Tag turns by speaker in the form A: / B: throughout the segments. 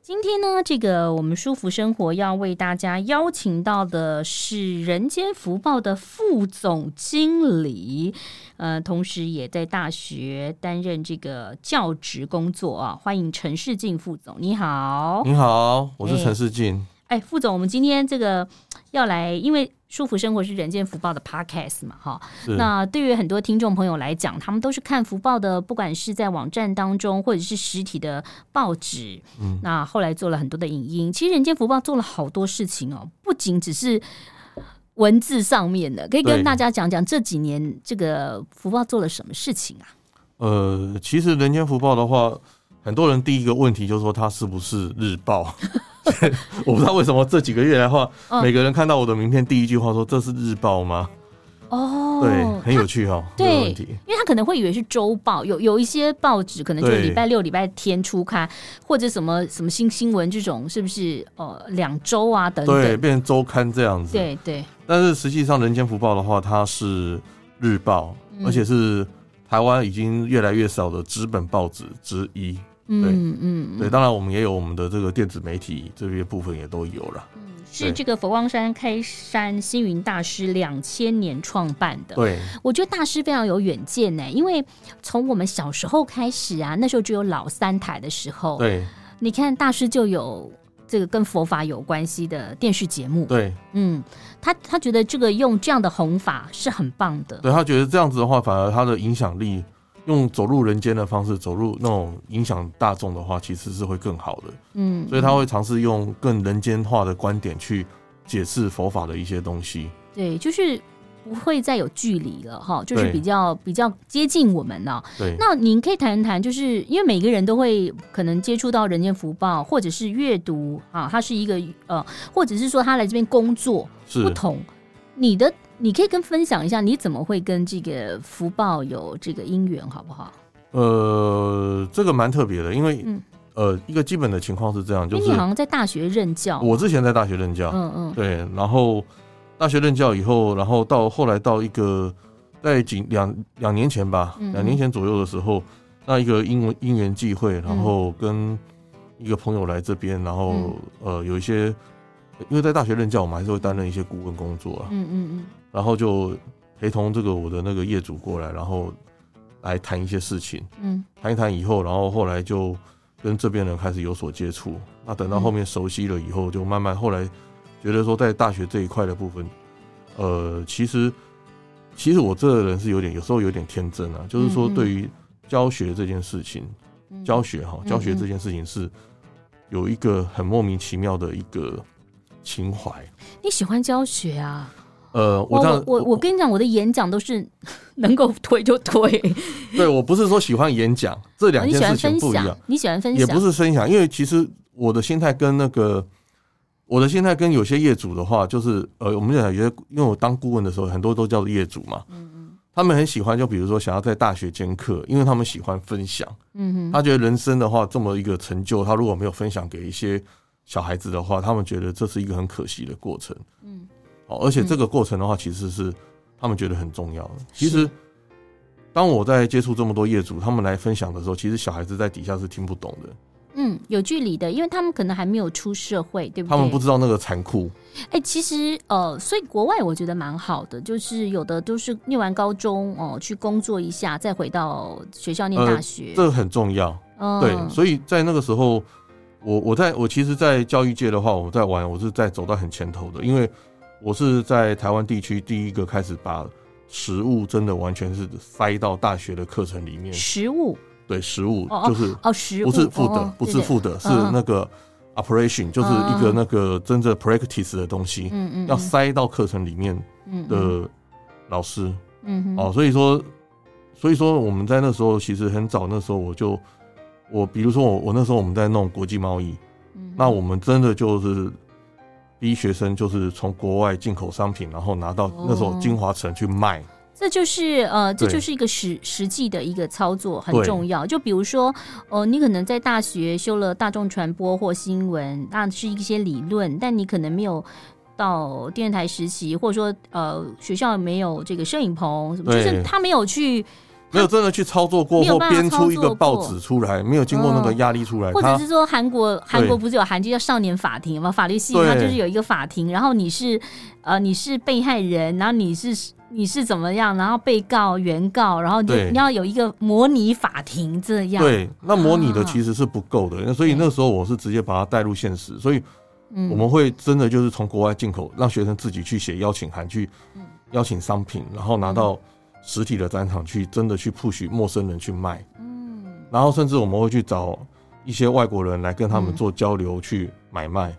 A: 今天呢，这个我们舒服生活要为大家邀请到的是人间福报的副总经理，呃，同时也在大学担任这个教职工作啊。欢迎陈世进副总，你好。
B: 你好，我是陈世进。
A: 哎，副总，我们今天这个要来，因为舒服生活是人间福报的 podcast 嘛，哈。
B: 是
A: 那对于很多听众朋友来讲，他们都是看福报的，不管是在网站当中，或者是实体的报纸。嗯，那后来做了很多的影音，其实人间福报做了好多事情哦，不仅只是。文字上面的，可以跟
B: 对
A: 大家讲讲这几年这个福报做了什么事情啊？
B: 呃，其实《人间福报》的话，很多人第一个问题就是说它是不是日 报？我不知道为什么这几个月来的话，
A: 嗯
B: 每个人看到我的名片第一句话说：“这是日报吗？”
A: 哦，
B: 对，很有趣哦。这个
A: 对
B: 问题，
A: 因为他可能会以为是周报，有有一些报纸可能就
B: 对
A: 礼拜六、礼拜天出刊，或者什么什么新新闻这种，是不是？呃，两周啊等
B: 对，
A: 等，
B: 变成周刊这样子。
A: 对对，
B: 但是实际上，《人间福报》的话，它是日报，
A: 嗯
B: 而且是台湾已经越来越少的纸本报纸之一。
A: 嗯嗯
B: 对，当然我们也有我们的这个电子媒体这边部分也都有了。
A: 嗯，是这个佛光山开山星云大师两千年创办的，
B: 对，
A: 我觉得大师非常有远见呢，因为从我们小时候开始啊，那时候只有老三台的时候，
B: 对，
A: 你看大师就有这个跟佛法有关系的电视节目，
B: 对。
A: 嗯，他他觉得这个用这样的弘法是很棒的。
B: 对他觉得这样子的话，反而他的影响力用走入人间的方式，走入那种影响大众的话，其实是会更好的。
A: 嗯，
B: 所以他会尝试用更人间化的观点去解释佛法的一些东西。
A: 对，就是不会再有距离了哈，就是
B: 对
A: 比较比较接近我们了。
B: 对，
A: 那您可以谈一谈，就是因为每个人都会可能接触到人间福报，或者是阅读啊，他是一个呃，或者是说他来这边工作不
B: 是
A: 同，你的你可以跟分享一下，你怎么会跟这个福报有这个因缘，好不好？
B: 呃，这个蛮特别的，因为、
A: 嗯
B: 呃，一个基本的情况是这样，就
A: 因
B: 是
A: 为你好像在大学任教，
B: 我之前在大学任教，
A: 嗯嗯，
B: 对，啊然后大学任教以后，然后到后来到一个在几两两年前吧，
A: 嗯嗯
B: 两年前左右的时候，那一个英文因缘际会，
A: 嗯
B: 然后跟一个朋友来这边，然后、呃有一些，因为在大学任教，我们还是会担任一些顾问工作啊，
A: 嗯嗯嗯，
B: 然后就陪同这个我的那个业主过来，然后来谈一些事情，
A: 嗯
B: 谈一谈以后，然后后来就跟这边人开始有所接触。那
A: 嗯
B: 等到后面熟悉了以后，就慢慢后来觉得说，在大学这一块的部分，呃，其实其实我这个人是有点有时候有点天真啊，就是说
A: 嗯嗯
B: 对于教学这件事情，
A: 嗯，
B: 教学哈
A: 嗯，嗯
B: 教学这件事情是有一个很莫名其妙的一个情怀。
A: 你喜欢教学啊？
B: 呃，我这样
A: 我我我跟你讲，我的演讲都是 能够推就推，
B: 对我不是说喜欢演讲，这两
A: 哦你
B: 件
A: 喜欢
B: 事情
A: 分
B: 不一样
A: 享。，你喜欢分
B: 也
A: 享，
B: 不是分享，因为其实我的心态跟那个我的心态跟有些业主的话，就是呃，我们讲有些，因为我当顾问的时候，很多都叫做业主嘛，
A: 嗯
B: 他们很喜欢，就比如说想要在大学兼课，因为他们喜欢分享，
A: 嗯哼，
B: 他觉得人生的话这么一个成就，他如果没有分享给一些小孩子的话，他们觉得这是一个很可惜的过程，
A: 嗯
B: 哦，而且这个过程的话，其实是他们觉得很重要的。其
A: 是
B: 实，当我在接触这么多业主，他们来分享的时候，其实小孩子在底下是听不懂的。
A: 嗯，有距离的，因为他们可能还没有出社会，对不对？
B: 他们不知道那个残酷。
A: 哎、其实呃，所以国外我觉得蛮好的，就是有的都是念完高中哦、去工作一下，再回到学校念大学。
B: 呃这个很重要。
A: 嗯
B: 对，所以在那个时候，我我在我其实，在教育界的话，我在玩，我是在走到很前头的，因为我是在台湾地区第一个开始把食物真的完全是塞到大学的课程里面。
A: 食物
B: 对，食物
A: 哦
B: 就是
A: 哦，食物
B: 不是负
A: 哦
B: 的，不是
A: 对对
B: 负的，是
A: 嗯
B: 那个 operation，就是一个那个真正 practice 的东西，
A: 嗯嗯，
B: 要塞到课程里面
A: 嗯嗯
B: 的老师。
A: 嗯哼
B: 哦，所以说，所以说我们在那时候其实很早，那时候我就我比如说我我那时候我们在弄国际贸易，
A: 嗯哼
B: 那我们真的就是，比第一学生就是从国外进口商品，然后拿到
A: 哦
B: 那时候金华城去卖。
A: 这就是呃，这
B: 对
A: 就是一个实实际的一个操作，很
B: 对
A: 重要。就比如说，呃，你可能在大学修了大众传播或新闻，那是一些理论，但你可能没有到电视台实习，或者说呃，学校没有这个摄影棚，什么，就
B: 对
A: 是他没有去，
B: 没有真的去操作过
A: 没有
B: 或
A: 办法
B: 编出一
A: 操
B: 个
A: 作过嗯
B: 报纸出来，没有经过那个压力出来，
A: 或者
B: 他
A: 是说韩国韩国
B: 对
A: 不是有韩剧叫《少年法庭》吗？法律系
B: 对
A: 它就是有一个法庭，然后你是呃你是被害人，然后你是。你是怎么样？然后被告、原告，然后你就
B: 对
A: 你要有一个模拟法庭这样。
B: 对那模拟的
A: 啊
B: 其实是不够的，那所以
A: 对
B: 那时候我是直接把它带入现实，所以
A: 嗯，
B: 我们会真的就是从国外进口，让学生自己去写邀请函，去
A: 嗯
B: 邀请商品，然后拿到实体的展场去真的去 push 陌生人去卖，
A: 嗯，
B: 然后甚至我们会去找一些外国人来跟他们
A: 嗯
B: 做交流去买卖，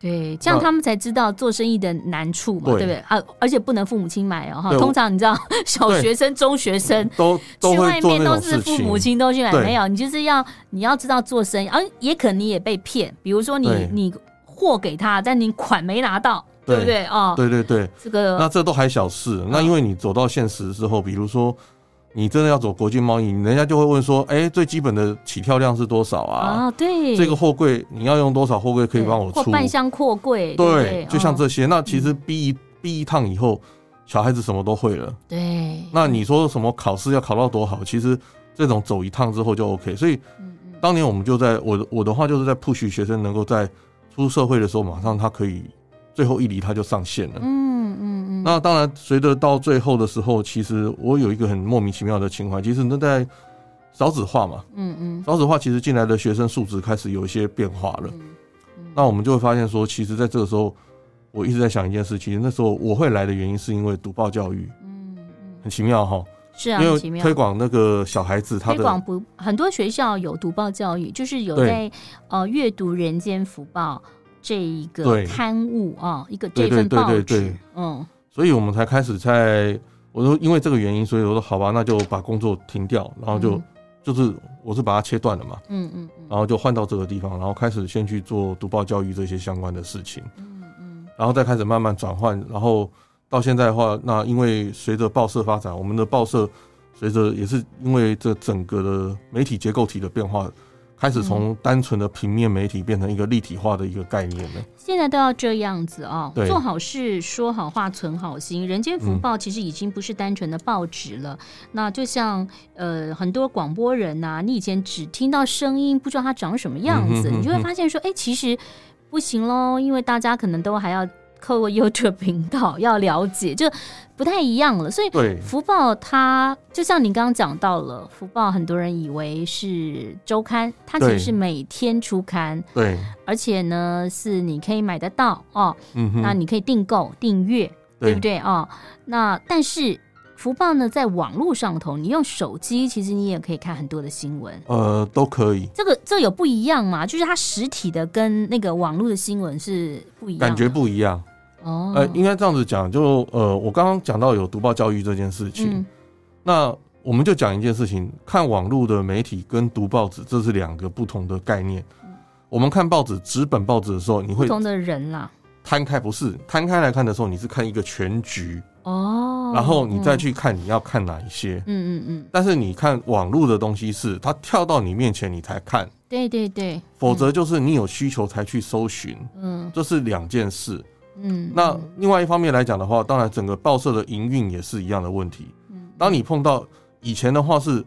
A: 对，这样
B: 那
A: 他们才知道做生意的难处嘛，对
B: 对
A: 不对？啊，而且不能父母亲买哦，哈。
B: 对我
A: 通常你知道， 小
B: 对
A: 学生、中学生
B: 都都
A: 去
B: 会
A: 外
B: 做
A: 面
B: 那
A: 都
B: 种
A: 是
B: 事
A: 父
B: 情
A: 母。亲都去买，
B: 对
A: 没有，你就是要你要知道做生意，而、也可能你也被骗，比如说你
B: 对
A: 你货给他，但你款没拿到，对嗯不
B: 对
A: 对？哦，
B: 对对对，
A: 这个
B: 那这都还小事。那因为你走到现实之后，比如说你真的要走国际贸易，人家就会问说：“哎、最基本的起跳量是多少啊？
A: 啊，对，
B: 这个货柜你要用多少货柜可以
A: 对
B: 帮我
A: 或
B: 出？”
A: 半箱货柜，对不对
B: 对，就像
A: 哦
B: 这些。那其实逼一逼一趟以后，小孩子什么都会了。
A: 对，
B: 那你说什么考试要考到多好？其实这种走一趟之后就 OK。所以
A: 嗯嗯
B: 当年我们就在我的我的话就是在 push 学生能够在出社会的时候，马上他可以最后一离他就上线了。
A: 嗯嗯嗯，
B: 那当然，随着到最后的时候，其实我有一个很莫名其妙的情怀。其实那在少子化嘛，
A: 嗯嗯
B: 少子化其实进来的学生素质开始有一些变化了。
A: 嗯嗯
B: 那我们就会发现说，其实在这个时候，我一直在想一件事情。那时候我会来的原因是因为读报教育
A: 嗯嗯
B: 很奇妙哈，
A: 是啊，
B: 因
A: 很奇
B: 为
A: 妙
B: 推广那个小孩子他
A: 推广
B: 的
A: 不很多学校有读报教育，就是有
B: 对
A: 在呃阅读《人间福报》这一个
B: 对
A: 刊物啊、一个这
B: 对
A: 份
B: 对对
A: 报纸，
B: 对对，
A: 嗯
B: 所以我们才开始在我说因为这个原因，所以我说好吧，那就把工作停掉，然后就
A: 嗯
B: 就是我是把它切断了嘛。
A: 嗯嗯嗯
B: 然后就换到这个地方，然后开始先去做读报教育这些相关的事情，
A: 嗯嗯
B: 然后再开始慢慢转换，然后到现在的话，那因为随着报社发展，我们的报社随着也是因为这整个的媒体结构体的变化，开始
A: 嗯
B: 从单纯的平面媒体变成一个立体化的一个概念了。
A: 现在都要这样子哦，
B: 对嗯
A: 做好事、说好话、存好心。《人间福报》其实已经不是单纯的报纸了。那就像呃，很多广播人呐、你以前只听到声音，不知道他长什么样子，
B: 嗯哼嗯哼
A: 你就会发现说，哎、其实不行喽，因为大家可能都还要透过 YouTube 频道要了解，就不太一样了。所以
B: 对
A: 福报它就像你刚刚讲到了，福报很多人以为是周刊，它其实
B: 对
A: 是每天出刊。
B: 对，
A: 而且呢是你可以买得到哦，
B: 嗯哼，
A: 那你可以订购、订阅，对不
B: 对
A: 对哦？那但是福报呢，在网络上头，你用手机其实你也可以看很多的新闻。
B: 呃都可以，
A: 这个这有不一样吗？就是它实体的跟那个网络的新闻是不一样的，
B: 感觉不一样。
A: 哦，
B: 呃，应该这样子讲，就呃，我刚刚讲到有读报教育这件事情，
A: 嗯
B: 那我们就讲一件事情，看网络的媒体跟读报纸，这是两个不同的概念。我们看报纸，纸本报纸的时候，你
A: 不
B: 会
A: 同的人啦，
B: 摊开，不是摊开来看的时候，你是看一个全局，
A: 哦，
B: 然后你再
A: 嗯
B: 去看你要看哪一些。
A: 嗯嗯嗯，
B: 但是你看网络的东西是，它跳到你面前你才看，
A: 对对对，
B: 否则就是你有需求才去搜寻，
A: 嗯
B: 这是两件事。
A: 嗯，
B: 那
A: 嗯
B: 另外一方面来讲的话，当然整个报社的营运也是一样的问题。
A: 嗯
B: 当你碰到以前的话是，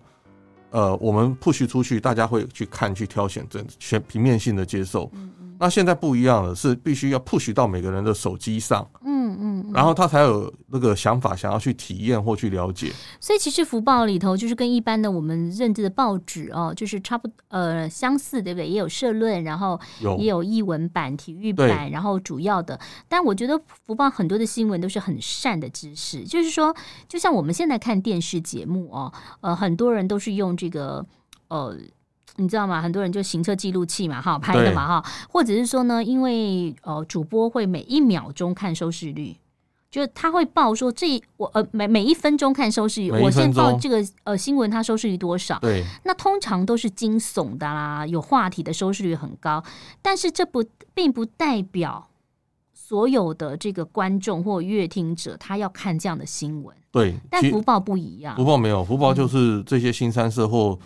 B: 呃，我们 push 出去，大家会去看、去挑选、整全平面性的接受。
A: 嗯
B: 那现在不一样了，是必须要 push 到每个人的手机上，
A: 嗯嗯嗯，
B: 然后他才有那个想法，想要去体验或去了解。
A: 所以其实福报里头就是跟一般的我们认知的报纸哦，就是差不呃相似，对不对？也有社论，然后
B: 有
A: 也有译文版、体育版，
B: 对
A: 然后主要的。但我觉得福报很多的新闻都是很善的知识，就是说，就像我们现在看电视节目哦，呃，很多人都是用这个呃。你知道吗？很多人就行车记录器嘛，哈，拍的嘛，哈，或者是说呢，因为呃，主播会每一秒钟看收视率，就是他会报说这我呃每每一分钟看收视率，
B: 每一
A: 我现在
B: 分钟
A: 报这个呃新闻它收视率多少，
B: 对
A: 那通常都是惊悚的啦，有话题的收视率很高，但是这不并不代表所有的这个观众或乐听者，他要看这样的新闻。
B: 对，
A: 但
B: 其
A: 福报嗯不一样
B: 福，报没有，福报就是这些新三色或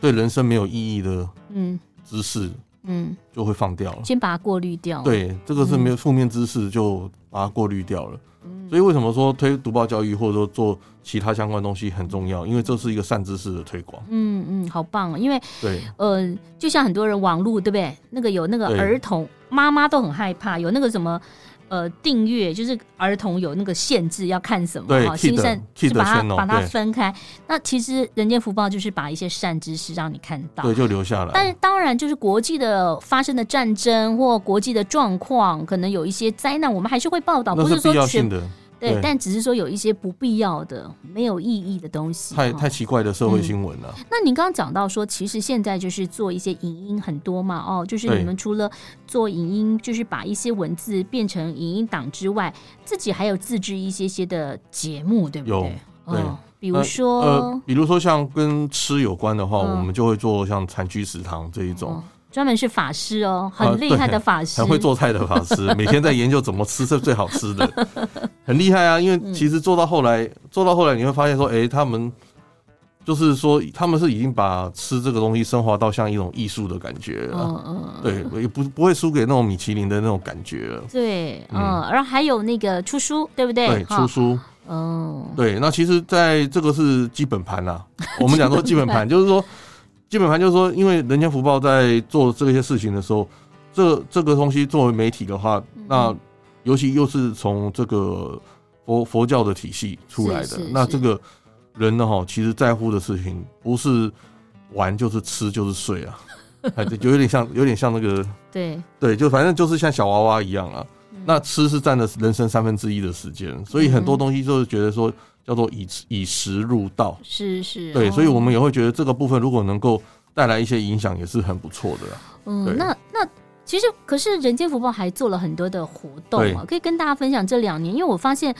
B: 对人生没有意义的
A: 嗯
B: 知识
A: 嗯，
B: 就会放掉了。
A: 先把它过滤掉。，
B: 对，这个是
A: 嗯
B: 没有负面知识就把它过滤掉了。所以为什么说推读报教育或者说做其他相关东西很重要？因为这是一个善知识的推广。
A: 嗯嗯，好棒、哦！因为
B: 对
A: 呃，就像很多人网络对不对？那个有那个
B: 对
A: 儿童妈妈都很害怕，有那个什么呃订阅，就是儿童有那个限制要看什么，
B: 对
A: 哈，
B: 记
A: 新
B: 得
A: 生
B: 记
A: 就
B: 得
A: 把它
B: 先哦
A: 把它
B: 对
A: 分开。那其实人间福报就是把一些善知识让你看到。
B: 对，就留下
A: 但是
B: 来。
A: 当然，就是国际的发生的战争或国际的状况，可能有一些灾难，我们还是会报道，
B: 那
A: 不
B: 是必
A: 说
B: 要
A: 全
B: 性的，
A: 对
B: 对，
A: 但只是说有一些不必要的、没有意义的东西。
B: 太
A: 哦嗯
B: 太奇怪的社会新闻了。
A: 那您刚刚讲到说，其实现在就是做一些影音很多嘛，哦，就是
B: 对
A: 你们除了做影音，就是把一些文字变成影音档之外，自己还有自制一些些的节目，对不
B: 有
A: 对？
B: 对
A: 嗯，比如说，
B: 呃，比如说像跟吃有关的话，
A: 嗯
B: 我们就会做像禅居食堂这一种
A: 哦，专门是法师哦，
B: 啊
A: 很厉害的
B: 对
A: 法师，
B: 很会做菜的法 师，每天在研究怎么吃是最好吃的，很厉害啊！因为其实做到后来，做到后来你会发现说，诶，他们就是说他们是已经把吃这个东西升华到像一种艺术的感觉了，
A: 嗯，嗯嗯，
B: 对，也不不会输给那种米其林的那种感觉了。
A: 对，
B: 嗯
A: 嗯，然后还有那个出书，对不对？
B: 对，
A: 哈
B: 出，书，
A: 嗯，
B: 对，那其实在这个是基本盘啦、我们讲说基本盘，就是说基本盘就是说，因为人间福报在做这些事情的时候，这这个东西作为媒体的话，那尤其又是从这个佛佛教的体系出来的，
A: 是是
B: 那
A: 是
B: 这个人呢哈，其实在乎的事情不是玩就是吃就是睡啊，哎，对就有点像有点像那个
A: 对，
B: 对，就反正就是像小娃娃一样啊。
A: 嗯
B: 那吃是占了人生三分之一的时间，所以很多东西就是觉得说叫做以以食入道。
A: 是是，
B: 对，
A: 哦
B: 所以我们也会觉得这个部分如果能够带来一些影响，也是很不错的啊。
A: 嗯
B: 对，
A: 那那其实可是人间福报还做了很多的活动啊，可以跟大家分享这两年，因为我发现。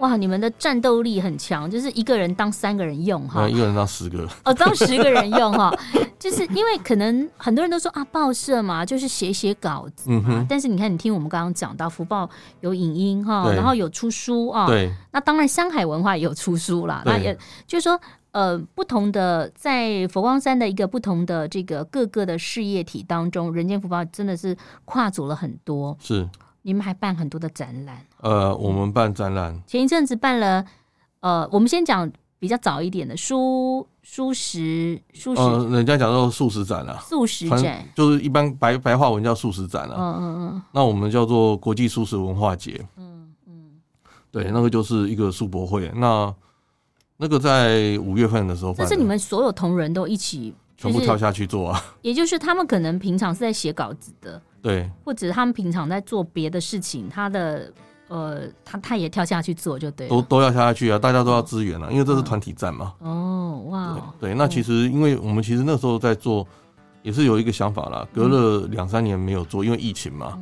A: 哇，你们的战斗力很强，就是一个人当三个人用哈
B: 那，一个人当十个，
A: 哦，当十个人用哈， 就是因为可能很多人都说啊，报社嘛，就是写写稿子
B: 嗯
A: 嘛。
B: 哼，
A: 但是你看，你听我们刚刚讲到福报有影音哈，
B: 对
A: 然后有出书啊，
B: 对
A: 那当然，山海文化也有出书啦。
B: 对
A: 那也就是说，呃，不同的在佛光山的一个不同的这个各个的事业体当中，人间福报真的是跨足了很多。
B: 是。
A: 你们还办很多的展览，
B: 呃，我们办展览，
A: 前一阵子办了，呃，我们先讲比较早一点的书书食书食、
B: 呃，人家讲说素食展啊，
A: 素食
B: 反
A: 展，
B: 就是一般白白话文叫素食展
A: 嗯
B: 啊，
A: 嗯嗯，
B: 那我们叫做国际素食文化节。嗯嗯，对，那个就是一个素博会。那那个在五月份的时候
A: 这
B: 办的，
A: 是你们所有同仁都一起，
B: 全部
A: 就是
B: 跳下去做啊？
A: 也就是他们可能平常是在写稿子的，
B: 对
A: 或者他们平常在做别的事情，他的呃，他他也跳下去做就对
B: 都
A: 了。
B: 都要跳下去啊，大家都要支援啊，因为
A: 嗯
B: 这是团体战嘛。
A: 哦，哇哦，
B: 对，那其实因为我们其实那时候在做，也是有一个想法
A: 嗯
B: 啦，隔了两三年没有做，因为疫情嘛，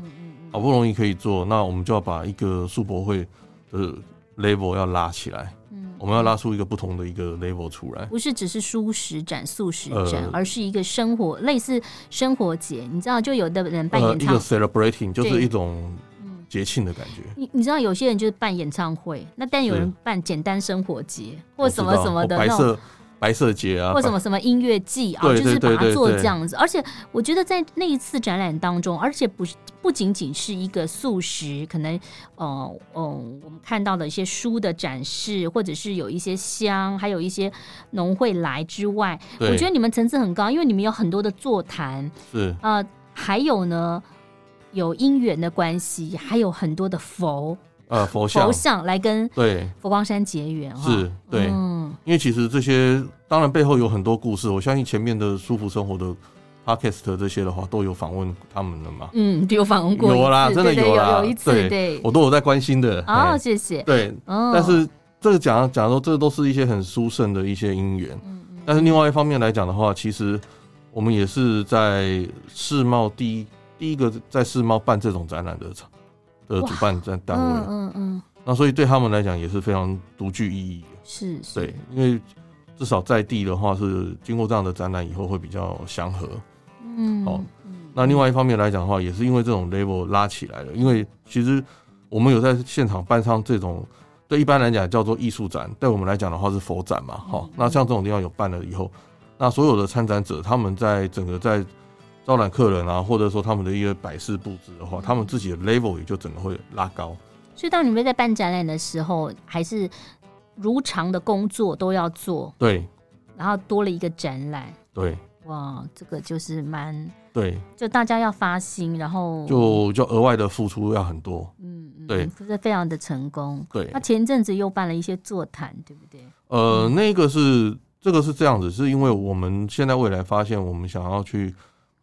B: 好不容易可以做，那我们就要把一个数博会的 level 要拉起来，我们要拉出一个不同的一个 level 出来。
A: 不是只是舒食展、素食展，
B: 呃
A: 而是一个生活类似生活节。你知道，就有的人嗯办
B: 呃，
A: 演
B: 一
A: 唱
B: 个 celebrating 就
A: 对嗯
B: 是一种节庆的感觉。
A: 你你知道有些人就是办演唱会，那但有人办简单生活节或
B: 我
A: 什
B: 知
A: 么
B: 道
A: 什么
B: 我
A: 的
B: 白
A: 那种，
B: 色白色节啊，
A: 或什
B: 白
A: 么什么音乐季啊，
B: 对
A: 就是
B: 对
A: 把
B: 对
A: 它做
B: 对对
A: 这样子。而且我觉得在那一次展览当中，而且不是不仅仅是一个素食，可能呃嗯，我们看到的一些书的展示，或者是有一些香，还有一些农会来之外，
B: 对
A: 我觉得你们层次很高，因为你们有很多的座谈，
B: 是
A: 呃，还有呢。有因缘的关系，还有很多的佛
B: 呃佛像
A: 佛，像来跟
B: 对，
A: 佛光山结缘哈。
B: 是，对，
A: 嗯，
B: 因为其实这些当然背后有很多故事，我相信前面的舒服生活的 podcast 这些的话都有访问他们了嘛，
A: 嗯，有访问过一次，
B: 有啦，真
A: 对
B: 的
A: 对
B: 有
A: 有
B: 啦，
A: 有一次，对，
B: 我都有在关心的，
A: 嗯哦，
B: 嘿
A: 谢谢，
B: 对，
A: 哦，
B: 但是这个讲讲说，这都是一些很殊胜的一些因缘。
A: 嗯
B: 但是另外一方面来讲的话，其实我们也是在世贸第一第一个在世贸办这种展览的场的
A: 哇
B: 主办单单位，
A: 嗯嗯嗯，
B: 那所以对他们来讲也是非常独具意义的。
A: 是，是
B: 对，，因为至少在地的话是经过这样的展览以后会比较祥和。哦
A: 嗯，
B: 好那另外一方面来讲的话，也是因为这种 level 拉起来了，因为其实我们有在现场办上这种，对一般来讲叫做艺术展，对我们来讲的话是佛展嘛，
A: 嗯
B: 好、那像这种地方有办了以后，那所有的参展者他们在整个在招揽客人啊，或者说他们的一个摆饰布置的话，他们自己的 level 也就整个会拉高。
A: 所以当你们在办展览的时候，还是如常的工作都要做，
B: 对
A: 然后多了一个展览，
B: 对
A: 哇，这个就是蛮
B: 对，
A: 就大家要发心，然后
B: 就就额外的付出要很多。
A: 哦嗯嗯，
B: 对
A: 就是非常的成功。
B: 对
A: 那，嗯前阵子又办了一些座谈，对不对？
B: 呃，那个是这个是这样子，是因为我们现在未来发现，我们想要去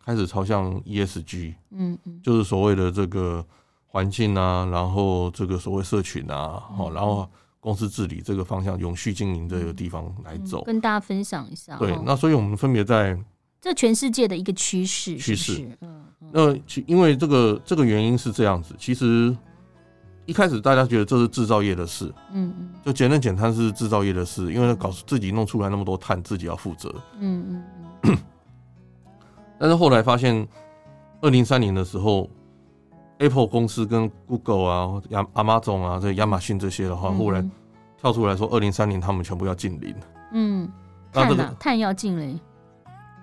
B: 开始朝向 ESG，
A: 嗯嗯，
B: 就是所谓的这个环境啊，然后这个所谓社群啊，好、
A: 嗯
B: 然后公司治理这个方向，永续经营这个地方来走
A: 嗯。跟大家分享一下。
B: 对
A: 哦，嗯
B: 那所以我们分别在
A: 这全世界的一个趋势，
B: 趋
A: 是不
B: 势
A: 是，嗯嗯
B: 那其因为这个这个原因是这样子，其实一开始大家觉得这是制造业的事，
A: 嗯嗯
B: 就节能减碳是制造业的事，因为搞自己弄出来那么多碳，自己要负责。
A: 嗯嗯嗯，
B: 但是后来发现，二零三零的时候，Apple 公司跟 Google 啊、亚阿马总啊、这亚马逊这些的话，
A: 嗯
B: 忽然跳出来说，二零三零他们全部要近零。
A: 嗯，
B: 那这
A: 碳
B: 个
A: 啊，碳要进来，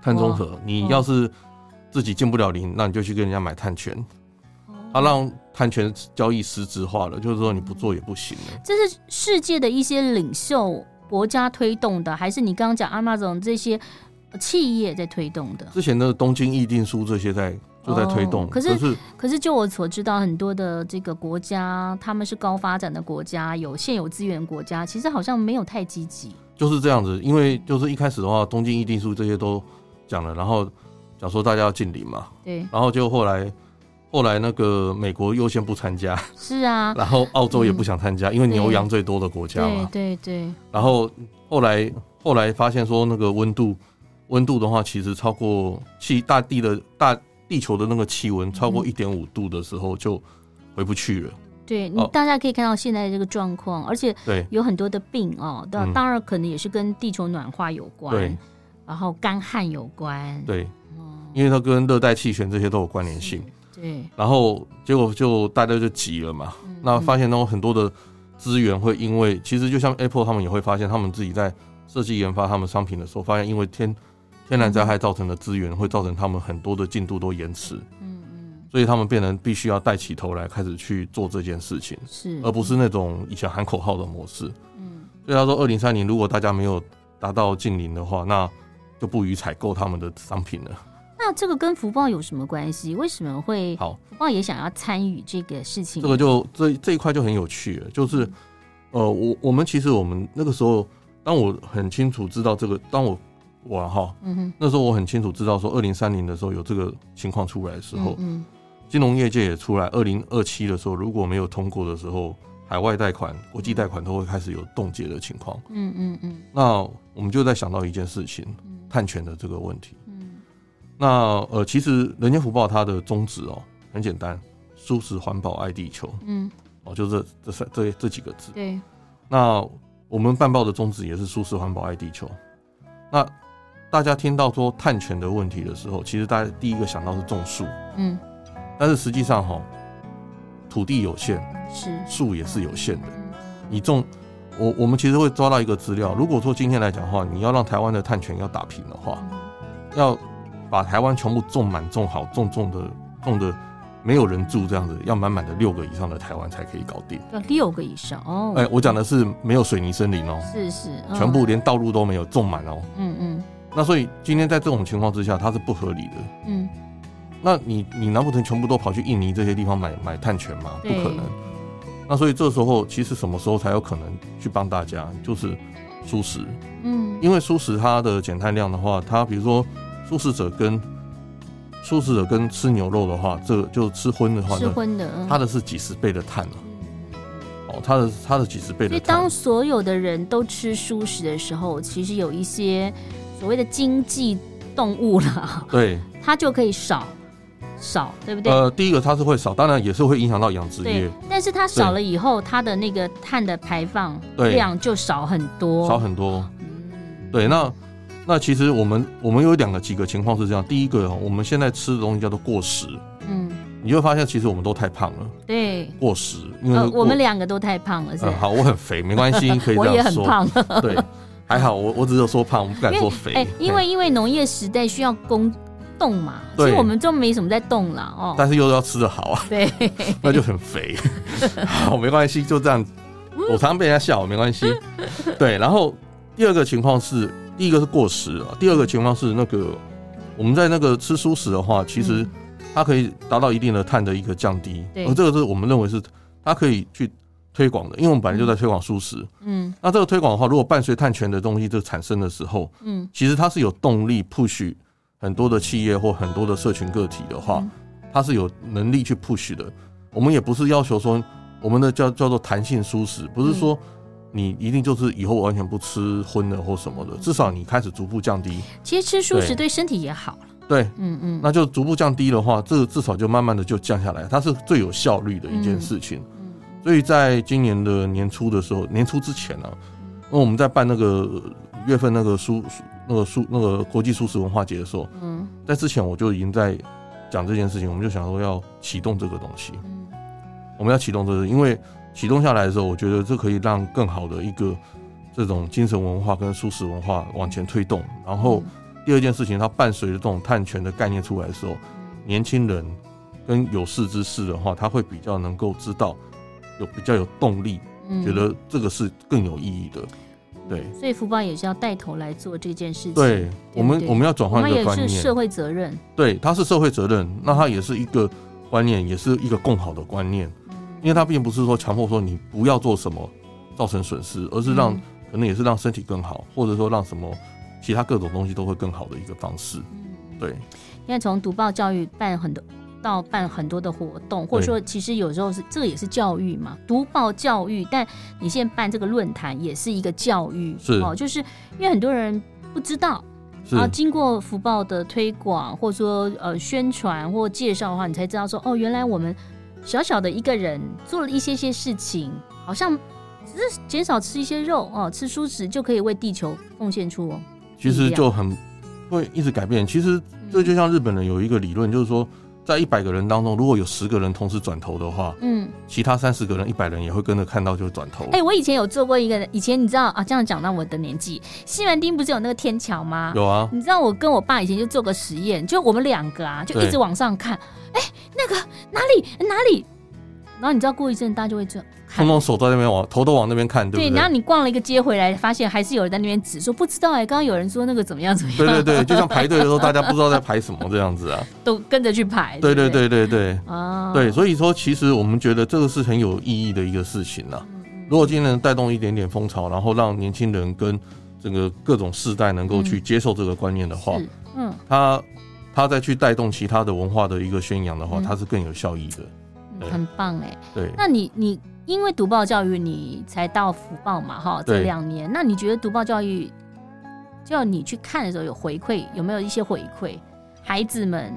B: 碳中和，你要
A: 嗯
B: 是自己进不了零，那你就去跟人家买碳权，它
A: 哦
B: 让碳权交易实质化了，就是说你不做也不行了。
A: 这是世界的一些领袖国家推动的，还是你刚刚讲 Amazon 这些呃企业在推动的？
B: 之前的东京议定书这些在就在推动，
A: 哦可是
B: 是
A: 可是就我所知道，很多的这个国家，他们是高发展的国家，有现有资源的国家，其实好像没有太积极。
B: 就是这样子，因为就是一开始的话，东京议定书这些都讲了，然后讲说大家要近零嘛，
A: 对，
B: 然后就后来，后来那个美国优先不 参加，
A: 是啊，
B: 然后澳洲也不想参加，因为牛羊最多的国
A: 嗯
B: 家
A: 对
B: 嘛。
A: 对对，
B: 然后后来后来发现说，那个温度温度的话，其实超过气大地的大地球的那个气温超过
A: 嗯
B: 一点五度的时候就回不去了。
A: 对你
B: 哦
A: 大家可以看到现在的这个状况，而且
B: 对
A: 有很多的病哦，当
B: 嗯
A: 当然可能也是跟地球暖化有
B: 对
A: 关，然后干旱有关，
B: 对，
A: 嗯，
B: 因为它跟热带气旋这些都有关联性。
A: 对，
B: 然后结果就大家就急了嘛，
A: 嗯
B: 那发
A: 嗯
B: 现呢，很多的资源会因为，其实就像 Apple 他们也会发现，他们自己在设计研发他们商品的时候，发现因为天天然灾害造成的资源，会造成他们很多的进度都延迟，
A: 嗯嗯
B: 所以他们变成必须要带起头来开始去做这件事情，
A: 是，
B: 而不是那种以前喊口号的模式。
A: 嗯
B: 所以他说，二零三零如果大家没有达到近零的话，那就不予采购他们的商品了。
A: 那这个跟福报有什么关系？为什么会
B: 好，
A: 福报也想要参与这个事情？
B: 这个就这这一块就很有趣了，就是呃，我我们其实我们那个时候，当我很清楚知道这个，当我我啊哈，
A: 嗯哼，
B: 那时候我很清楚知道说，二零三零的时候有这个情况出来的时候，
A: 嗯
B: 金融业界也出来，二零二七的时候如果没有通过的时候，海外贷款、国际贷款都会开始有冻结的情况。
A: 嗯嗯嗯
B: 那我们就在想到一件事情，
A: 嗯
B: 碳权的这个问题。
A: 嗯
B: 那呃，其实人间福报它的宗旨哦，很简单，舒适、环保、爱地球
A: 嗯嗯，
B: 哦，就这这三这这几个字。
A: 对，
B: 那我们办报的宗旨也是舒适、环保、爱地球。那大家听到说碳权的问题的时候，其实大家第一个想到是种树，
A: 嗯
B: 但是实际上哈，土地有限，
A: 是，
B: 树也是有限的。
A: 嗯
B: 你种，我我们其实会抓到一个资料，如果说今天来讲的话，你要让台湾的碳权要打平的话，
A: 嗯
B: 要把台湾全部种满、种好、种种的、种的没有人住这样子，要满满的六个以上的台湾才可以搞定。
A: 要嗯六个以上哦。
B: 哎、我讲的是没有水泥森林哦，
A: 是是，嗯
B: 全部，连道路都没有，种满哦。
A: 嗯嗯
B: 那所以今天在这种情况之下，它是不合理的。
A: 嗯，
B: 那你你难不成全部都跑去印尼这些地方买买碳权吗？不
A: 对
B: 可能。那所以这时候其实什么时候才有可能去帮大家？就是素食，
A: 嗯
B: 因为素食它的减碳量的话，它比如说素食者跟素食者跟吃牛肉的话，这个就吃荤的话，
A: 吃
B: 那
A: 荤的，嗯
B: 它的是几十倍的碳啊
A: 嗯
B: 哦，它的它的几十倍
A: 所
B: 的
A: 以
B: 碳
A: 当。所有的人都吃素食的时候，其实有一些所谓的经济动物啦，
B: 对，
A: 它就可以少少，对不对？
B: 呃，第一个它是会少，当然也是会影响到养殖业
A: 对，，但是它少了以后，它的那个碳的排放
B: 对
A: 量就少很多，
B: 少很多。
A: 嗯
B: 对，那那其实我们我们有两个几个情况是这样，第一个哦，我们现在吃的东西叫做过食，
A: 嗯
B: 你就会发现其实我们都太胖了，
A: 对，
B: 过食，因为
A: 呃，我们
B: 俩，
A: 两个都太胖了，是
B: 嗯，好，我很肥，没关 系，可以
A: 我
B: 这
A: 也
B: 样
A: 很
B: 说，
A: 胖，
B: 对，还好，我我只有说胖，我不敢
A: 因
B: 说
A: 为
B: 肥
A: 哎，，因
B: 嘿
A: 为因为农业时代需要工动嘛，其
B: 对
A: 实我们就没什么在动了哦。
B: 但是又要吃的好啊，
A: 对，
B: 那就很肥。 好，没关系，就这样。
A: 嗯
B: 我常被人家笑，没关系。对，然后第二个情况是，第一个是过食啊，第二个情况是那个我们在那个吃素食的话，其实
A: 嗯
B: 它可以达到一定的碳的一个降低，
A: 对
B: 而这个是我们认为是它可以去推广的，因为我们本来就在推广素食。
A: 嗯
B: 那这个推广的话，如果伴随碳权的东西就产生的时候，
A: 嗯
B: 其实它是有动力 push 很多的企业或很多的社群个体的话
A: 嗯，
B: 它是有能力去 push 的。我们也不是要求说我们的叫叫做弹性舒适，不是说
A: 嗯
B: 你一定就是以后完全不吃荤的或什么的，至少你开始逐步降低。
A: 其实吃素食
B: 对
A: 对身体也好了，
B: 对，
A: 嗯嗯，
B: 那就逐步降低的话，这个至少就慢慢的就降下来，它是最有效率的一件事情。
A: 嗯
B: 所以在今年的年初的时候，年初之前啊，因为我们在办那个呃月份那个书那个书那个国际素食文化节的时候，
A: 嗯
B: 在之前我就已经在讲这件事情，我们就想说要启动这个东西，
A: 嗯
B: 我们要启动这个，因为启动下来的时候，我觉得这可以让更好的一个这种精神文化跟素食文化往前推动。然后
A: 嗯
B: 第二件事情，它伴随着这种碳权的概念出来的时候，年轻人跟有识之士的话，他会比较能够知道，有比较有动力，
A: 嗯
B: 觉得这个是更有意义的。对
A: 所以福报也是要带头来做这件事情。
B: 对，我们
A: 对
B: 我们要转
A: 我
B: 换
A: 们
B: 一个
A: 也
B: 观
A: 是
B: 念，
A: 社会责任。
B: 对，它是社会责任，那它也是一个观念，也是一个共好的观念，
A: 嗯
B: 因为它并不是说强迫说你不要做什么造成损失，而是让、
A: 嗯
B: 可能也是让身体更好，或者说让什么其他各种东西都会更好的一个方式。对，
A: 因为从读报教育办很多到办很多的活动，或者说其实有时候是这个也是教育嘛，读报教育。但你现在办这个论坛也是一个教育，
B: 是
A: 哦，就是因为很多人不知道，
B: 是
A: 然后啊经过福报的推广，或者说呃宣传或介绍的话，你才知道说哦，原来我们小小的一个人做了一些些事情，好像只是减少吃一些肉哦，吃蔬食就可以为地球奉献出哦。
B: 其实就很会一直改变。其实
A: 嗯
B: 这就像日本人有一个理论，就是说。在一百个人当中，如果有十个人同时转头的话，
A: 嗯，
B: 其他三十个人、一百人也会跟着看到就转头。
A: 哎、我以前有做过一个，以前你知道啊，这样讲到我的年纪，西门町不是有那个天桥吗？
B: 有啊，
A: 你知道我跟我爸以前就做个实验，就我们两个啊，就
B: 对
A: 一直往上看，哎、那个哪里哪里，然后你知道过一阵大家就会这样看
B: 通。通手在那边往头都往那边看，对不
A: 然后你逛了一个街回来，发现还是有人在那边指说不知道哎、刚刚有人说那个怎么样怎么样，
B: 对对对，就像排队的时候，大家不知道在排什么这样子啊。
A: 都跟着去排。
B: 对 对
A: 对不
B: 对对对
A: 对，啊，
B: 对，所以说其实我们觉得这个是很有意义的一个事情啦。
A: 嗯
B: 如果今天能带动一点点风潮，然后让年轻人跟整个各种世代能够去接受这个观念的话，
A: 嗯是嗯
B: 他他再去带动其他的文化的一个宣扬的话，
A: 嗯
B: 它是更有效益的。
A: 嗯很棒哎、
B: 对，
A: 那你你因为读报教育，你才到福报嘛哈，这
B: 对
A: 两年，那你觉得读报教育叫你去看的时候有回馈，有没有一些回馈孩子们？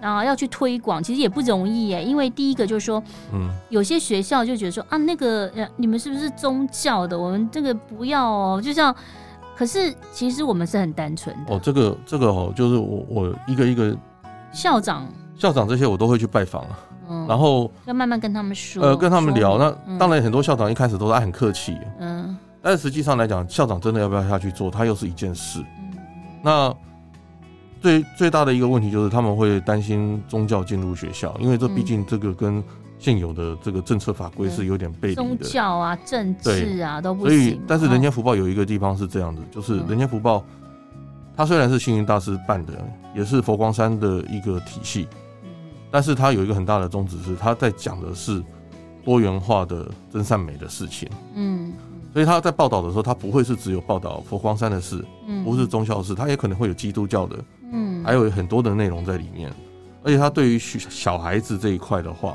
A: 然后要去推广，其实也不容易耶，因为第一个就是说，
B: 嗯，
A: 有些学校就觉得说啊，那个呃，你们是不是宗教的？我们这个不要哦，就像，可是其实我们是很单纯的。
B: 哦，这个这个哦，就是我我一个一个
A: 校长，
B: 校长这些我都会去拜访啊，
A: 嗯，
B: 然后
A: 要慢慢跟他们说，
B: 呃跟他们聊。
A: 说
B: 那
A: 嗯
B: 当然很多校长一开始都是哎很客气，
A: 嗯
B: 但实际上来讲，校长真的要不要下去做，它又是一件事。
A: 嗯
B: 那最最大的一个问题就是他们会担心宗教进入学校，因为这
A: 嗯
B: 毕竟这个跟现有的这个政策法规是有点背离
A: 宗
B: 的。
A: 教啊、政治啊都不
B: 所
A: 行
B: 以
A: 嘛。，
B: 但是人
A: 哦
B: 间福报有一个地方是这样的，就是
A: 嗯
B: 人间福报，它虽然是星云大师办的，也是佛光山的一个体系，
A: 嗯
B: 但是它有一个很大的宗旨是，它在讲的是多元化的真善美的事情。
A: 嗯
B: 所以他在报道的时候，他不会是只有报道佛光山的事，
A: 嗯，
B: 不是宗教是，它也可能会有基督教的，
A: 嗯，
B: 还有很多的内容在里面。而且它对于小小孩子这一块的话，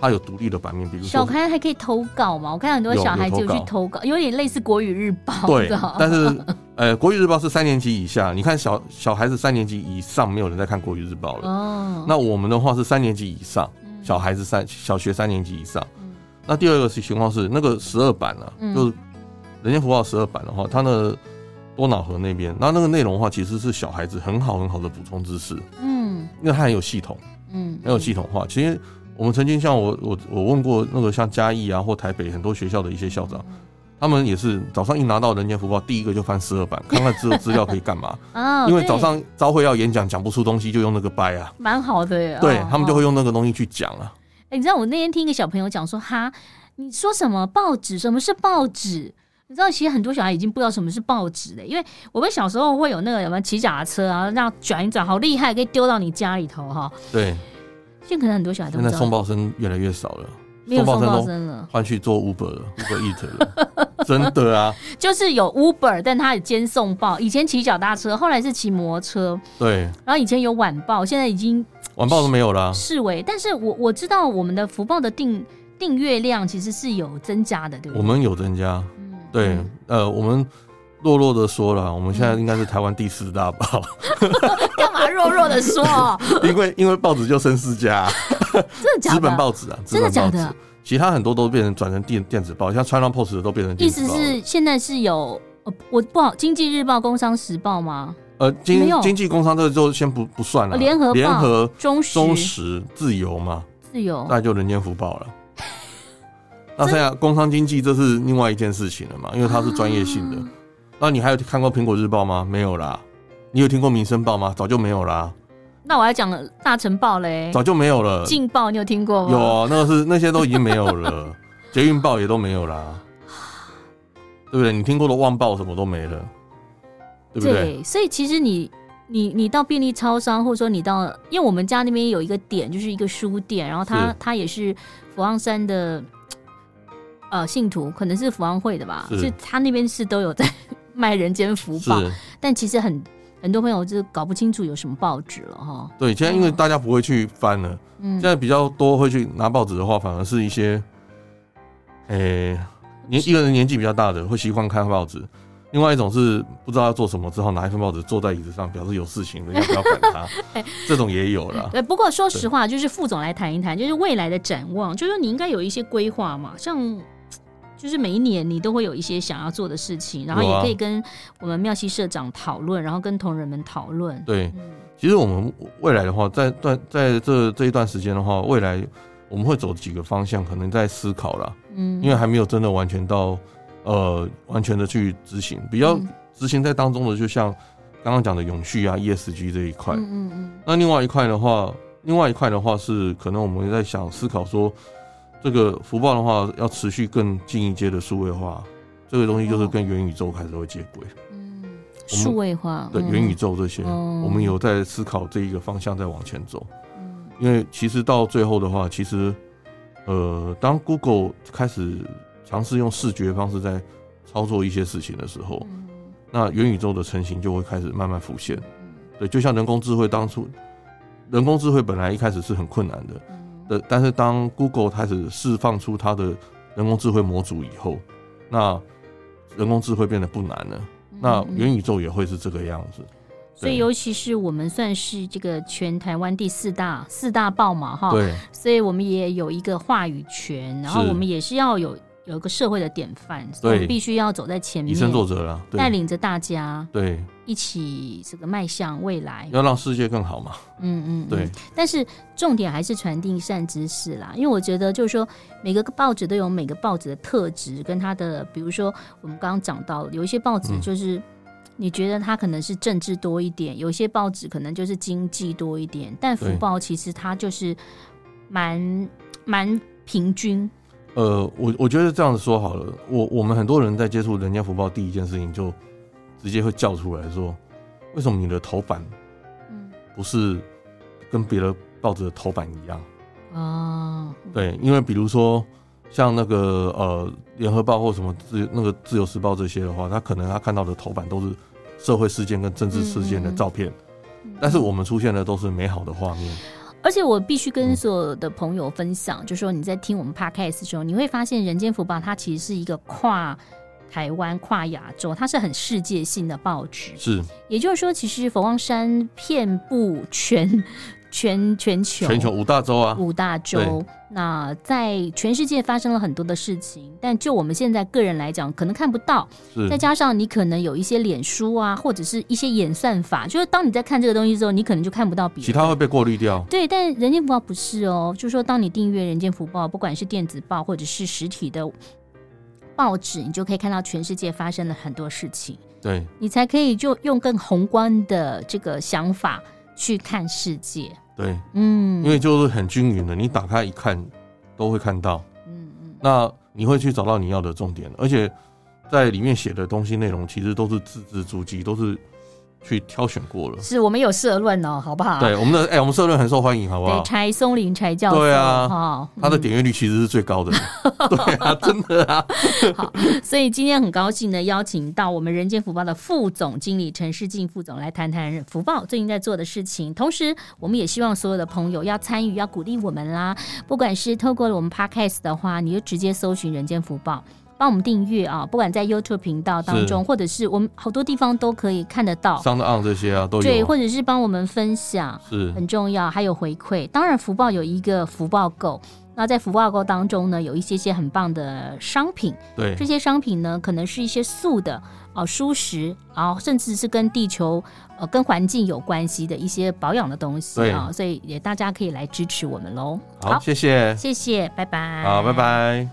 B: 它有独立的版面，比如
A: 小
B: 说
A: 孩还可以投稿嘛？我看很多
B: 有
A: 小孩
B: 有
A: 子有
B: 投
A: 去
B: 稿
A: 投稿，有点类似国语日报
B: 对
A: 的哦，
B: 但是呃，国语日报是三年级以下，你看小小孩子三年级以上没有人在看国语日报了。
A: 哦，
B: 那我们的话是三年级以上，
A: 嗯
B: 小孩子三小学三年级以上
A: 嗯。
B: 那第二个是情况是那个十二版啊，
A: 嗯
B: 就是《人间福报》十二版的话，它的多瑙河那边，那那个内容的话其实是小孩子很好很好的补充知识，
A: 嗯
B: 因为它很有系统。
A: 嗯嗯，
B: 很有系统化。其实我们曾经像我我我问过那个像嘉义啊或台北很多学校的一些校长，他们也是早上一拿到《人间福报》，第一个就翻十二版，看看资资料可以干嘛。
A: 哦，
B: 因为早
A: 对
B: 上招会要演讲，讲不出东西就用那个掰啊，
A: 蛮好的耶，
B: 对
A: 哦
B: 他们就
A: 哦
B: 会用那个东西去讲啊。
A: 哎、你知道我那天听一个小朋友讲说，哈，你说什么报纸？什么是报纸？你知道，其实很多小孩已经不知道什么是报纸了，因为我们小时候会有那个有没有骑脚踏车啊，让转一转，好厉害，可以丢到你家里头哈。
B: 对，
A: 现在可能很多小孩都
B: 现
A: 不
B: 在
A: 知道
B: 送，报生越来越少了，
A: 没有
B: 送
A: 送
B: 报
A: 报
B: 生
A: 生了，
B: 换去做 Uber 了，Uber Eat 了，真的啊，
A: 就是有 Uber，但他也兼送报。以前骑脚踏车，后来是骑摩托车，
B: 对，
A: 然后以前有晚报，现在已经
B: 晚报都没有啦。
A: 视为。但是我我知道我们的福报的订订阅量其实是有增加的，对不对？
B: 我们有增加，
A: 嗯
B: 对
A: 嗯，
B: 呃，我们弱弱的说了，我们现在应该是台湾第四大报，
A: 干嘛弱弱的 说、
B: 因为因为报纸就剩四家啊，
A: 真的假的？
B: 资本报纸啊，资
A: 真的
B: 本
A: 假
B: 报纸
A: 的，？
B: 其他很多都变成转成电电子报，像《川浪 POS》的都变成
A: 意
B: 电
A: 思
B: 子报了。
A: 是现在是有呃，我不好，《经济日报》《工商时报》吗？
B: 呃，
A: 没
B: 经
A: 有
B: 经济工商这就先不不算了，
A: 哦
B: 啊
A: 联合报
B: 联合、
A: 中
B: 中
A: 时、
B: 实、自由嘛，
A: 自由，
B: 那就人间福报 了。那剩下工商经济，这是另外一件事情了嘛，因为它是专业性的。
A: 啊
B: 那你还有看过《苹果日报》吗？没有啦。你有听过《民生报》吗？早就没有啦，
A: 那我还讲了大晨报嘞，
B: 早就没有了。
A: 劲报你有听过吗？
B: 有，啊那个是那些都已经没有 了，捷运报也都没有啦，对不对？你听过的旺报什么都没了，对不对？
A: 所以其实你。你你到便利超商，或者说你到，因为我们家那边有一个点，就是一个书店，然后它
B: 是
A: 它也是佛昂山的呃信徒，可能是佛昂会的吧，
B: 是
A: 就他那边是都有在 卖人间福
B: 是
A: 报，，但其实很很多朋友就是搞不清楚有什么报纸了哈。
B: 对。现在因为大家不会去翻了，
A: 嗯
B: 现，在比较多会去拿报纸的话，反而是一些，诶、年一个人年纪比较大的会习惯看报纸。另外一种是不知道要做什么，只好拿一份报纸坐在椅子上，表示有事情，人家不要管他
A: 哎。
B: 这种也有啦。
A: 嗯对，不过说实话，就是副总来谈一谈，就是未来的展望，就是你应该有一些规划嘛，像就是每一年你都会有一些想要做的事情，然后
B: 有
A: 也
B: 啊
A: 可以跟我们妙西社长讨论，然后跟同仁们讨论。
B: 对，
A: 嗯
B: 其实我们未来的话，在段在这这一段时间的话，未来我们会走几个方向，可能在思考啦，
A: 嗯
B: 因为还没有真的完全到呃完全的去执行，比较
A: 嗯
B: 执行在当中的，就像刚刚讲的永续啊、ESG 这一块。
A: 嗯嗯嗯
B: 那另外一块的话，另外一块的话是可能我们在想思考说，这个福报的话要持续更进一阶的数位化，这个东西
A: 哦
B: 就是跟元宇宙开始会接轨，
A: 嗯，数位化，
B: 对
A: 嗯
B: 元宇宙这些，
A: 哦
B: 我们有在思考这一个方向在往前走。
A: 嗯
B: 因为其实到最后的话，其实呃，当 Google 开始尝试用视觉方式在操作一些事情的时候，
A: 嗯
B: 那元宇宙的成型就会开始慢慢浮现。
A: 嗯
B: 对，就像人工智慧当初，人工智慧本来一开始是很困难的，
A: 嗯
B: 的，但是当 Google 开始释放出它的人工智慧模组以后，那人工智慧变得不难了。那
A: 嗯
B: 元宇宙也会是这个样子。
A: 所以，尤其是我们算是这个全台湾第四大四大报嘛，哈，
B: 对，
A: 所以我们也有一个话语权，然后
B: 是
A: 我们也是要有有一个社会的典范，所以我们必须要走在前
B: 以身
A: 面，
B: 作则啦，
A: 带
B: 对
A: 领着大家
B: 对，
A: 一起这个迈向未来。
B: 要让世界更好嘛，
A: 嗯嗯，嗯
B: 对。。
A: 但是重点还是传递善知识啦，因为我觉得就是说，每个报纸都有每个报纸的特质跟它的，比如说我们刚刚讲到，有一些报纸
B: 嗯
A: 就是。你觉得它可能是政治多一点，有一些报纸可能就是经济多一点，但福
B: 对
A: 报其实它就是蛮蛮平均，
B: 呃，我我觉得这样子说好了，我我们很多人在接触人家福报，第一件事情就直接会叫出来说，为什么你的头版
A: 嗯
B: 不是跟别的报纸的头版一样？
A: 哦，
B: 对，因为比如说像那个呃联合报或什么自那个自由时报这些的话，他可能他看到的头版都是社会事件跟政治事件的照片，
A: 嗯
B: 但是我们出现的都是美好的画面，
A: 而且我必须跟
B: 嗯
A: 所有的朋友分享，就说你在听我们 podcast 的时候，你会发现《人间福报》它其实是一个跨台湾、跨亚洲，它是很世界性的报纸。
B: 是
A: 也就是说，其实佛光山遍布全 全全球
B: 全球五大洲啊，
A: 五大洲
B: 对，
A: 那在全世界发生了很多的事情，但就我们现在个人来讲，可能看不到。
B: 是
A: 再加上你可能有一些脸书啊，或者是一些演算法，就是当你在看这个东西之后，你可能就看不到别
B: 其
A: 人。
B: 他会被过滤掉。
A: 对，但人间福报不是哦，就是说，当你订阅人间福报，不管是电子报或者是实体的报纸，你就可以看到全世界发生了很多事情，
B: 对，
A: 你才可以就用更宏观的这个想法去看世界。
B: 对，
A: 嗯，
B: 因为就是很均匀的，你打开一看都会看到。
A: 嗯嗯
B: 那你会去找到你要的重点，而且在里面写的东西内容其实都是字字珠玑，都是去挑选过了。
A: 是我们有社论哦，好不好？
B: 对，我们的哎、我们社论很受欢迎，好不
A: 对，
B: 好？
A: 柴松林柴教授，
B: 对啊
A: 哦
B: 它的点阅率其实是最高 的，对啊，真的啊，
A: 所以今天很高兴呢，邀请到我们人间福报的副总经理陈世进副总来谈谈福报最近在做的事情。同时，我们也希望所有的朋友要参与，要鼓励我们啦。不管是透过了我们 podcast 的话，你就直接搜寻人间福报。帮我们订阅啊！不管在 YouTube 频道当中，或者是我们好多地方都可以看得到，
B: 上的 on 这些啊都
A: 对，
B: 有啊，
A: 或者是帮我们分享，
B: 是
A: 很重要，还有回馈。当然，福报有一个福报购，那在福报购当中呢，有一些些很棒的商品，
B: 对
A: 这些商品呢，可能是一些素的哦、蔬食啊、甚至是跟地球呃跟环境有关系的一些保养的东西
B: 对
A: 啊、所以也大家可以来支持我们喽。
B: 好，谢谢，
A: 谢谢，拜拜。
B: 好，拜拜。